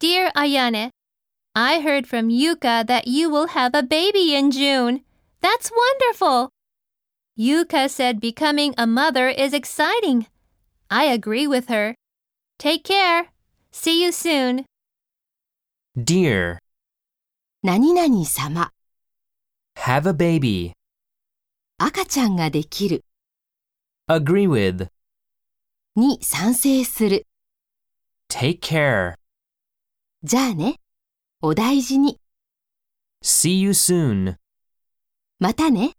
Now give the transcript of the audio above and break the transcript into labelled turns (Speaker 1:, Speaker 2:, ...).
Speaker 1: Dear Ayane, I heard from Yuka that you will have a baby in June. That's wonderful. Yuka said becoming a mother is exciting. I agree with her. Take care. See you soon.
Speaker 2: Dear,
Speaker 3: 何々様、
Speaker 2: have a baby.
Speaker 3: 赤ちゃんができる、
Speaker 2: Agree with.
Speaker 3: に賛成する。
Speaker 2: Take care.
Speaker 3: じゃあね。お大事に。
Speaker 2: See you soon.
Speaker 3: またね。